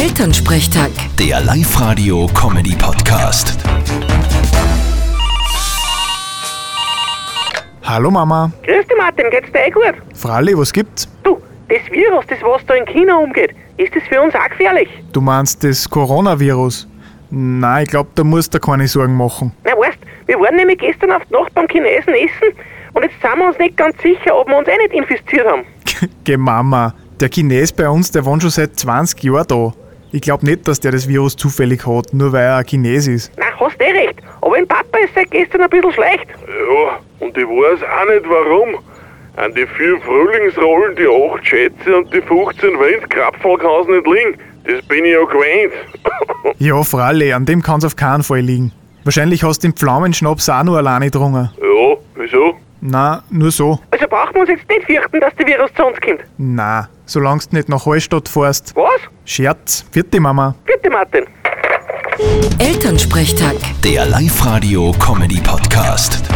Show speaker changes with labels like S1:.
S1: Elternsprechtag.
S2: Der Live-Radio-Comedy-Podcast.
S3: Hallo Mama.
S4: Grüß dich Martin, geht's dir eh gut?
S3: Fralli, was gibt's?
S4: Du, das Virus, das was da in China umgeht, ist das für uns auch gefährlich?
S3: Du meinst das Coronavirus? Nein, ich glaube, da musst du keine Sorgen machen.
S4: Na weißt, wir waren nämlich gestern auf die Nacht beim Chinesen essen und jetzt sind wir uns nicht ganz sicher, ob wir uns eh nicht infiziert haben.
S3: Geh Mama, der Chines bei uns, der wohnt schon seit 20 Jahren da. Ich glaube nicht, dass der das Virus zufällig hat, nur weil er ein Chines ist.
S4: Na, hast eh recht, aber im Papa ist seit gestern ein bisschen schlecht.
S5: Ja, und ich weiß auch nicht warum. An die vier Frühlingsrollen, die acht Schätze und die 15 Windkrapferl kann's nicht liegen. Das bin ich ja gewöhnt.
S3: Ja, Fralli, an dem kann's auf keinen Fall liegen. Wahrscheinlich hast du den Pflaumenschnaps auch nur alleine getrunken.
S5: ja, wieso?
S3: Na, nur so.
S4: Also brauchen wir uns jetzt nicht fürchten, dass der Virus zu uns kommt.
S3: Na, solange du nicht nach Hallstatt fährst.
S4: Was?
S3: Scherz, vierte Mama.
S4: Bitte Martin.
S1: Elternsprechtag.
S2: Der Live-Radio-Comedy-Podcast.